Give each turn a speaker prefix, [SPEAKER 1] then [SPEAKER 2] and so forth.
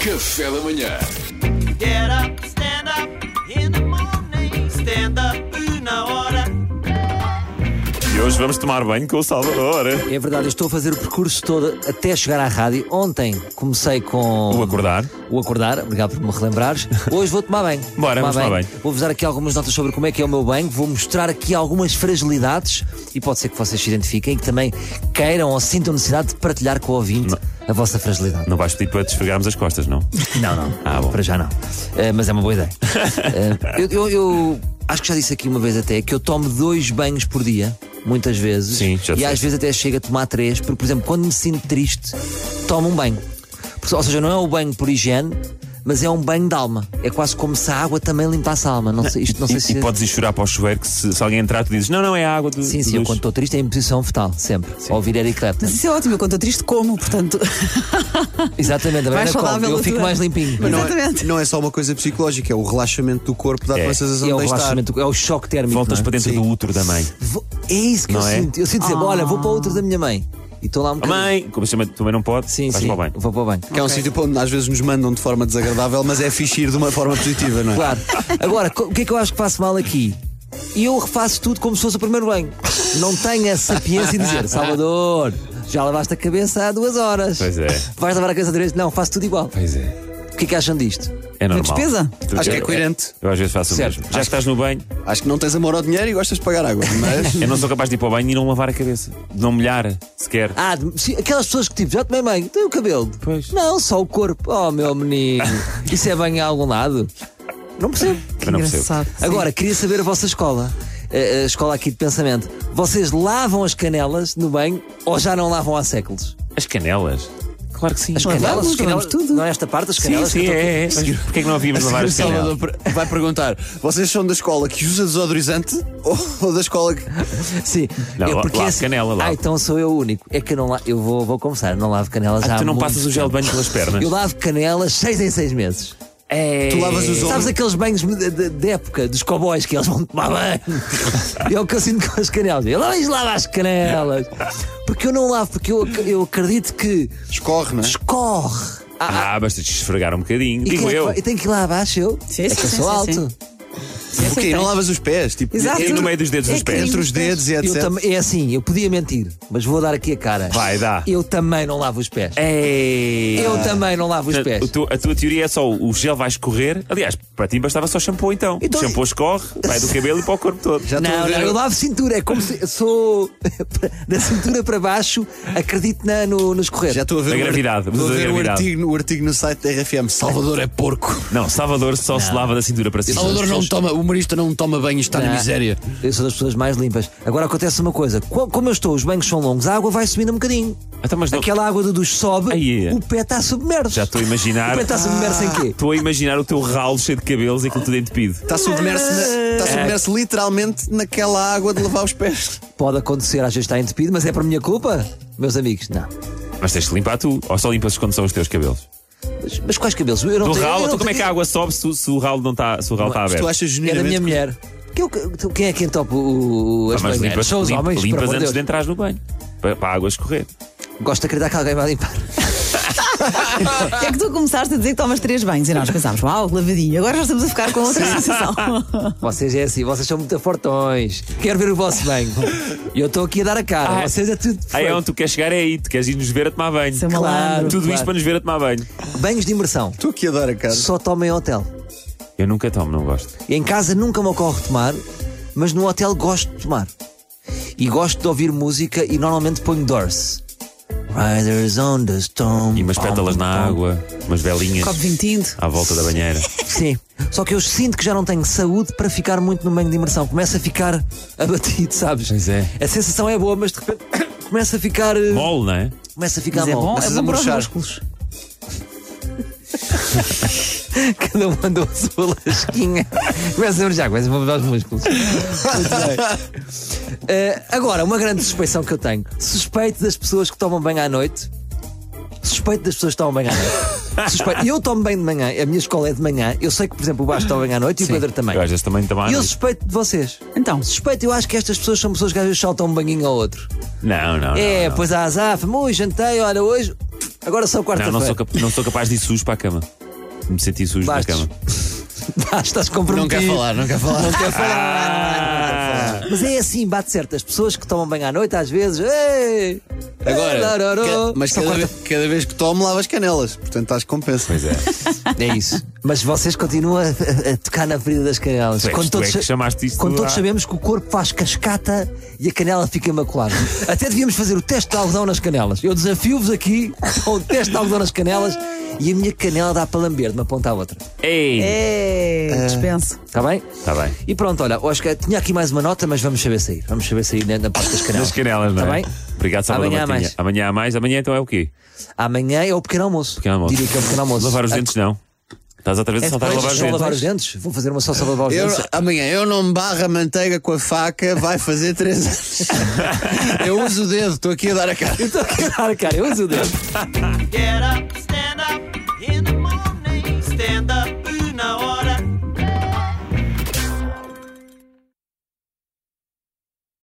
[SPEAKER 1] Café da manhã.
[SPEAKER 2] Get up, stand up in the morning. Stand up na hora.
[SPEAKER 3] E hoje vamos tomar banho com o Salvador. eh?
[SPEAKER 4] É verdade, eu estou a fazer o percurso todo até chegar à rádio. Ontem comecei com
[SPEAKER 3] O acordar.
[SPEAKER 4] o acordar, obrigado por me relembrares. Hoje vou tomar banho.
[SPEAKER 3] Bora,
[SPEAKER 4] Vou
[SPEAKER 3] vamos tomar banho.
[SPEAKER 4] Vou-vos dar aqui algumas notas sobre como é que é o meu banho, vou mostrar aqui algumas fragilidades e pode ser que vocês se identifiquem e que também queiram ou sintam necessidade de partilhar com o ouvinte a vossa fragilidade.
[SPEAKER 3] Não vais pedir para te esfregarmos as costas, não?
[SPEAKER 4] Não, não.
[SPEAKER 3] Ah, bom.
[SPEAKER 4] Para já não. Eh, mas é uma boa ideia. Eh, eu, eu- eu acho que já disse aqui uma vez até que eu tomo dois banhos por dia, muitas vezes.
[SPEAKER 3] Sim, já
[SPEAKER 4] E às
[SPEAKER 3] disseste.
[SPEAKER 4] vezes até chego a tomar três, porque, por exemplo, quando me sinto triste, tomo um banho. Porque, ou seja, não é o banho por higiene. Mas é um banho de alma. É quase como se a água também limpasse a alma. Não sei, isto não sei
[SPEAKER 3] e,
[SPEAKER 4] se. é-
[SPEAKER 3] e podes ir chorar para o chuveiro que se, se alguém entrar, tu dizes: Não, não, é a água do.
[SPEAKER 4] Sim,
[SPEAKER 3] do
[SPEAKER 4] sim, eu
[SPEAKER 3] duche."
[SPEAKER 4] quando estou triste é em posição fetal, sempre. Ao Ouvir Eric Clapton.
[SPEAKER 5] Mas isso é ótimo, eu quando estou triste como, portanto.
[SPEAKER 4] Exatamente, a
[SPEAKER 5] Mais
[SPEAKER 4] maneira como
[SPEAKER 5] saudável
[SPEAKER 4] eu
[SPEAKER 5] a
[SPEAKER 4] fico
[SPEAKER 5] tua-
[SPEAKER 4] mais limpinho.
[SPEAKER 6] Mas não
[SPEAKER 5] Exatamente.
[SPEAKER 6] é, não é só uma coisa psicológica, é o relaxamento do corpo dá-te
[SPEAKER 3] É.
[SPEAKER 6] uma sensação
[SPEAKER 4] E
[SPEAKER 6] de
[SPEAKER 4] é o
[SPEAKER 6] um bem-estar.
[SPEAKER 4] relaxamento, é o choque térmico.
[SPEAKER 3] Voltas
[SPEAKER 4] não é?
[SPEAKER 3] para dentro
[SPEAKER 6] Sim.
[SPEAKER 3] do útero da mãe.
[SPEAKER 4] Vou- É isso que
[SPEAKER 3] Não
[SPEAKER 4] eu
[SPEAKER 3] é?
[SPEAKER 4] sinto. Eu sinto sempre, olha, vou para outro da minha mãe. E estou lá um
[SPEAKER 3] A
[SPEAKER 4] bocadinho.
[SPEAKER 3] "Oh, mãe, como chama, também não pode,
[SPEAKER 4] Sim,
[SPEAKER 3] vais
[SPEAKER 4] sim.
[SPEAKER 3] para o banho.
[SPEAKER 4] Vou para o banho.
[SPEAKER 6] Que é um sítio para onde às vezes nos mandam de forma desagradável, mas é fingir de uma forma positiva, não é?
[SPEAKER 4] Claro. Agora, co- o que é que eu acho que faço mal aqui? Eu refaço tudo como se fosse o primeiro banho. Não tenho a sapiência de dizer, Salvador, já lavaste a cabeça há duas horas.
[SPEAKER 3] Pois é.
[SPEAKER 4] Vais lavar a cabeça outra vez? Não, faço tudo igual.
[SPEAKER 3] Pois é.
[SPEAKER 4] O que é que acham disto?
[SPEAKER 3] É normal.
[SPEAKER 5] despesa?
[SPEAKER 3] Tu-
[SPEAKER 6] Acho que é
[SPEAKER 3] eu-
[SPEAKER 6] coerente.
[SPEAKER 3] Eu às vezes faço o
[SPEAKER 4] Certo.
[SPEAKER 3] mesmo. Já
[SPEAKER 4] Acho
[SPEAKER 3] que estás no banho,
[SPEAKER 6] Acho que não tens amor ao dinheiro e gostas de pagar água, mas.
[SPEAKER 3] eu não sou capaz de ir para o banho e não lavar a cabeça. De não molhar sequer.
[SPEAKER 4] Ah, de- se- aquelas pessoas que tipo, já tomei banho, tem o cabelo.
[SPEAKER 3] Pois.
[SPEAKER 4] Não, só o corpo. Oh, meu menino, isso é banho em algum lado? Não percebo.
[SPEAKER 3] eu não percebo.
[SPEAKER 5] é Engraçado.
[SPEAKER 4] Agora, queria saber a vossa escola. eh, A, a escola aqui de pensamento. Vocês lavam as canelas no banho ou já não lavam há séculos?
[SPEAKER 3] As canelas. Claro que sim.
[SPEAKER 4] As canelas,
[SPEAKER 5] lavamos,
[SPEAKER 4] as canelas
[SPEAKER 5] lavamos tudo.
[SPEAKER 4] Não é esta parte, as
[SPEAKER 3] Sim,
[SPEAKER 4] canelas.
[SPEAKER 3] sim,
[SPEAKER 4] que eu tô-
[SPEAKER 3] é. é. Mas Porquê é que não havíamos lavar
[SPEAKER 6] O
[SPEAKER 3] as canelas?
[SPEAKER 6] Salvador assim, per- vai perguntar: vocês são da escola que usa desodorizante ou, ou da escola que.
[SPEAKER 4] Sim.
[SPEAKER 3] Não,
[SPEAKER 4] É
[SPEAKER 3] la-
[SPEAKER 4] porque
[SPEAKER 3] lavo
[SPEAKER 4] esse-
[SPEAKER 3] canela, lavo.
[SPEAKER 4] Ah, então sou eu o único. É que eu não la... Eu vou, vou confessar, eu não lavo canelas já
[SPEAKER 3] Ah,
[SPEAKER 4] há
[SPEAKER 3] tu não
[SPEAKER 4] muito
[SPEAKER 3] passas o gel de banho pelas pernas.
[SPEAKER 4] tempo. Eu lavo canelas seis em seis meses.
[SPEAKER 6] Tu lavas os
[SPEAKER 4] É. Sabes
[SPEAKER 6] ombros.
[SPEAKER 4] aqueles banhos de, de- de época dos cowboys que eles vão tomar banho? é o que eu sinto com as canelas. Eu não lhes lavo as canelas. Porque eu não lavo, porque eu, ac- eu acredito que
[SPEAKER 6] Escorre, não é?
[SPEAKER 4] escorre. Ah,
[SPEAKER 3] Ah, basta te esfregar um bocadinho.
[SPEAKER 4] E
[SPEAKER 3] Digo
[SPEAKER 4] quem é que
[SPEAKER 3] eu.
[SPEAKER 4] vai- e tenho que ir lá abaixo, eu?
[SPEAKER 5] Sim,
[SPEAKER 4] é
[SPEAKER 5] sim,
[SPEAKER 4] que eu
[SPEAKER 5] sim,
[SPEAKER 4] sou
[SPEAKER 5] sim,
[SPEAKER 4] alto.
[SPEAKER 5] sim. Sim,
[SPEAKER 6] Porquê?
[SPEAKER 5] sim,
[SPEAKER 6] não
[SPEAKER 5] tem.
[SPEAKER 6] lavas os pés? Tipo,
[SPEAKER 5] Exato. É
[SPEAKER 3] E no meio dos dedos dos pés.
[SPEAKER 6] entre os dedos e
[SPEAKER 4] Eu
[SPEAKER 6] etc.
[SPEAKER 4] tam- é assim, eu podia mentir, mas vou dar aqui a cara.
[SPEAKER 3] Vai, dá.
[SPEAKER 4] Eu também não lavo os pés.
[SPEAKER 3] Ei.
[SPEAKER 4] Eu também não lavo os
[SPEAKER 3] Ah. Portanto,
[SPEAKER 4] É pés.
[SPEAKER 3] o teu- a tua teoria é só o gel vai escorrer. Aliás, para ti bastava só shampoo então.
[SPEAKER 4] Então-
[SPEAKER 3] o shampoo escorre, vai do cabelo e para o corpo todo.
[SPEAKER 6] Já estou a
[SPEAKER 4] Não,
[SPEAKER 6] ver-
[SPEAKER 4] não, eu lavo cintura, é como se eu sou da cintura para baixo, acredito na, no, no escorrer.
[SPEAKER 6] Já estou a ver,
[SPEAKER 3] Da
[SPEAKER 6] o ar-
[SPEAKER 3] gravidade, vamos
[SPEAKER 6] estou a
[SPEAKER 3] da
[SPEAKER 6] ver o,
[SPEAKER 3] gravidade.
[SPEAKER 6] artigo, o artigo no site da RFM: Salvador é porco.
[SPEAKER 3] Não, Salvador só se lava da cintura para cima.
[SPEAKER 6] Salvador não toma, o humorista não toma banho, está na
[SPEAKER 4] Não.
[SPEAKER 6] miséria.
[SPEAKER 4] Eu sou das pessoas mais limpas. Agora acontece uma coisa: co- como eu estou, os banhos são longos, a água vai subindo um bocadinho.
[SPEAKER 3] Então, mas não-
[SPEAKER 4] Aquela água do duche sobe,
[SPEAKER 3] Aí é.
[SPEAKER 4] o pé está submerso.
[SPEAKER 3] Já estou a imaginar.
[SPEAKER 4] O pé está submerso em quê?
[SPEAKER 3] Estou a imaginar o teu ralo cheio de cabelos e aquilo tudo entupido.
[SPEAKER 6] Está Tá submerso, na-
[SPEAKER 4] É.
[SPEAKER 6] está submerso literalmente naquela água de lavar os pés.
[SPEAKER 4] Pode acontecer, às vezes está entupido, mas é por minha culpa? Meus amigos, não.
[SPEAKER 3] Mas tens de limpar tu, ou só limpas quando são os teus cabelos?
[SPEAKER 4] Mas, mas quais cabelos? Eu não
[SPEAKER 3] Do
[SPEAKER 4] tenho, eu
[SPEAKER 3] ralo,
[SPEAKER 4] não
[SPEAKER 3] então como é que a água sobe se, o- se o ralo não está se o ralo está
[SPEAKER 6] Se tu
[SPEAKER 3] aberto?
[SPEAKER 6] achas
[SPEAKER 4] É da minha
[SPEAKER 6] genuinamente.
[SPEAKER 4] mulher. Que eu- que- Quem é que entopa o, o- as
[SPEAKER 3] Ah, mas
[SPEAKER 4] banheiras?
[SPEAKER 3] limpas,
[SPEAKER 4] São os
[SPEAKER 3] lim-
[SPEAKER 4] homens, por
[SPEAKER 3] limpas
[SPEAKER 4] amor de
[SPEAKER 3] antes
[SPEAKER 4] Deus.
[SPEAKER 3] de entrares no banho, para, para a água escorrer.
[SPEAKER 4] Gosto de acreditar que alguém vai limpar.
[SPEAKER 5] É que tu começaste a dizer que tomas três banhos e nós pensámos, uau, lavadinho. Agora já estamos a ficar com outra sensação.
[SPEAKER 4] Vocês é assim, vocês são muito fortões. Quero ver o vosso banho. E eu estou aqui a dar a cara.
[SPEAKER 3] Ah,
[SPEAKER 4] vocês é
[SPEAKER 3] Aí
[SPEAKER 4] tudo.
[SPEAKER 3] é
[SPEAKER 4] perfeito. é
[SPEAKER 3] onde tu queres chegar, é aí, tu queres ir nos ver a tomar banho.
[SPEAKER 5] Seu malandro.
[SPEAKER 3] Tudo isto
[SPEAKER 4] claro.
[SPEAKER 3] para nos ver a tomar banho.
[SPEAKER 4] Banhos de imersão.
[SPEAKER 6] Estou aqui a dar a cara.
[SPEAKER 4] Só tomem em hotel.
[SPEAKER 3] Eu nunca tomo, não gosto.
[SPEAKER 4] Em casa nunca me ocorre tomar, mas no hotel gosto de tomar. E gosto de ouvir música e normalmente ponho Doors. Riders on the Storm.
[SPEAKER 3] E umas pétalas na
[SPEAKER 4] então.
[SPEAKER 3] água, umas velinhas
[SPEAKER 5] Copo vinho tinto.
[SPEAKER 3] à volta da banheira.
[SPEAKER 4] Sim. Só que eu sinto que já não tenho saúde para ficar muito no banho de imersão. Começo a ficar abatido, sabes?
[SPEAKER 3] Pois é.
[SPEAKER 4] A sensação é boa, mas de repente começa a ficar. eh,
[SPEAKER 3] Mole, não é?
[SPEAKER 4] Começa a ficar
[SPEAKER 5] Mas é
[SPEAKER 4] mal.
[SPEAKER 5] bom, é
[SPEAKER 6] Começas a
[SPEAKER 5] bom para os
[SPEAKER 6] murchar.
[SPEAKER 5] músculos.
[SPEAKER 4] Cada um mandou a sua lasquinha. Começa a brincar, começa a mover os músculos. Muito bem. Eh, agora, uma grande suspeição que eu tenho: suspeito das pessoas que tomam banho à noite. Suspeito das pessoas que tomam banho à noite. Suspeito. Eu tomo banho de manhã, a minha escola é de manhã. Eu sei que, por exemplo, o Baixo toma banho à noite e o Pedro também.
[SPEAKER 3] Eu é às vezes também tomo à
[SPEAKER 4] E eu
[SPEAKER 3] noite.
[SPEAKER 4] suspeito de vocês.
[SPEAKER 5] Então,
[SPEAKER 4] Suspeito, eu acho que estas pessoas são pessoas que às vezes soltam um banhinho ao outro.
[SPEAKER 3] Não, não, não.
[SPEAKER 4] é,
[SPEAKER 3] não.
[SPEAKER 4] pois há azafa, ui, jantei, olha, hoje Agora só
[SPEAKER 3] Não, não sou,
[SPEAKER 4] quarta-feira.
[SPEAKER 3] cap- não sou capaz de ir sujo para a cama. De Me senti sujo para a
[SPEAKER 4] Bastos.
[SPEAKER 3] cama.
[SPEAKER 4] Pá, estás
[SPEAKER 6] Não
[SPEAKER 4] comprometido.
[SPEAKER 6] quer falar, não quer falar.
[SPEAKER 4] Quer
[SPEAKER 3] Ah,
[SPEAKER 4] falar? Mas é assim, bate certo. As pessoas que tomam banho à noite, às vezes. Ei,
[SPEAKER 6] Agora,
[SPEAKER 4] Lararó.
[SPEAKER 6] ca- mas
[SPEAKER 4] Só
[SPEAKER 6] cada
[SPEAKER 4] quarta-
[SPEAKER 6] vez, cada vez que tomo, lavo as canelas. Portanto, estás compensa. Pois é.
[SPEAKER 4] É isso. Mas vocês continuam a, a- a tocar na ferida das canelas.
[SPEAKER 3] Tu é que- tu é que chamaste isto
[SPEAKER 4] quando todos
[SPEAKER 3] a-
[SPEAKER 4] sabemos que o corpo faz cascata e a canela fica imaculada. Até devíamos fazer o teste de algodão nas canelas. Eu desafio-vos aqui a um teste de algodão nas canelas e a minha canela dá para lamber de uma ponta à outra.
[SPEAKER 3] Ei!
[SPEAKER 5] Ei, É, dispenso.
[SPEAKER 4] Está bem?
[SPEAKER 3] Está Tá bem.
[SPEAKER 4] E pronto, olha, eu acho que tinha aqui mais uma nota, mas vamos saber sair. Vamos saber sair na, na parte das canelas.
[SPEAKER 3] Nas canelas, não
[SPEAKER 4] Está
[SPEAKER 3] é?
[SPEAKER 4] Tá bem?
[SPEAKER 3] Obrigado, Salvador
[SPEAKER 4] Amanhã há
[SPEAKER 3] Martinha.
[SPEAKER 4] mais.
[SPEAKER 3] Amanhã há mais. Amanhã então é o quê?
[SPEAKER 4] Amanhã é o pequeno almoço.
[SPEAKER 3] Pequeno almoço.
[SPEAKER 4] Diria que é o pequeno almoço. É,
[SPEAKER 3] Lavar os dentes, não. Estás outra vez a saltar a
[SPEAKER 4] Pois,
[SPEAKER 3] lavar os
[SPEAKER 4] vão lavar
[SPEAKER 3] dentes.
[SPEAKER 4] os dentes. Vou fazer uma só sobre lavar os
[SPEAKER 6] Eu,
[SPEAKER 4] dentes.
[SPEAKER 6] amanhã, eu não barro a manteiga com a faca, vai fazer três anos. Eu uso o dedo, estou aqui a dar a cara.
[SPEAKER 4] Estou a cagar, cara. Eu uso o dedo.
[SPEAKER 2] Get up,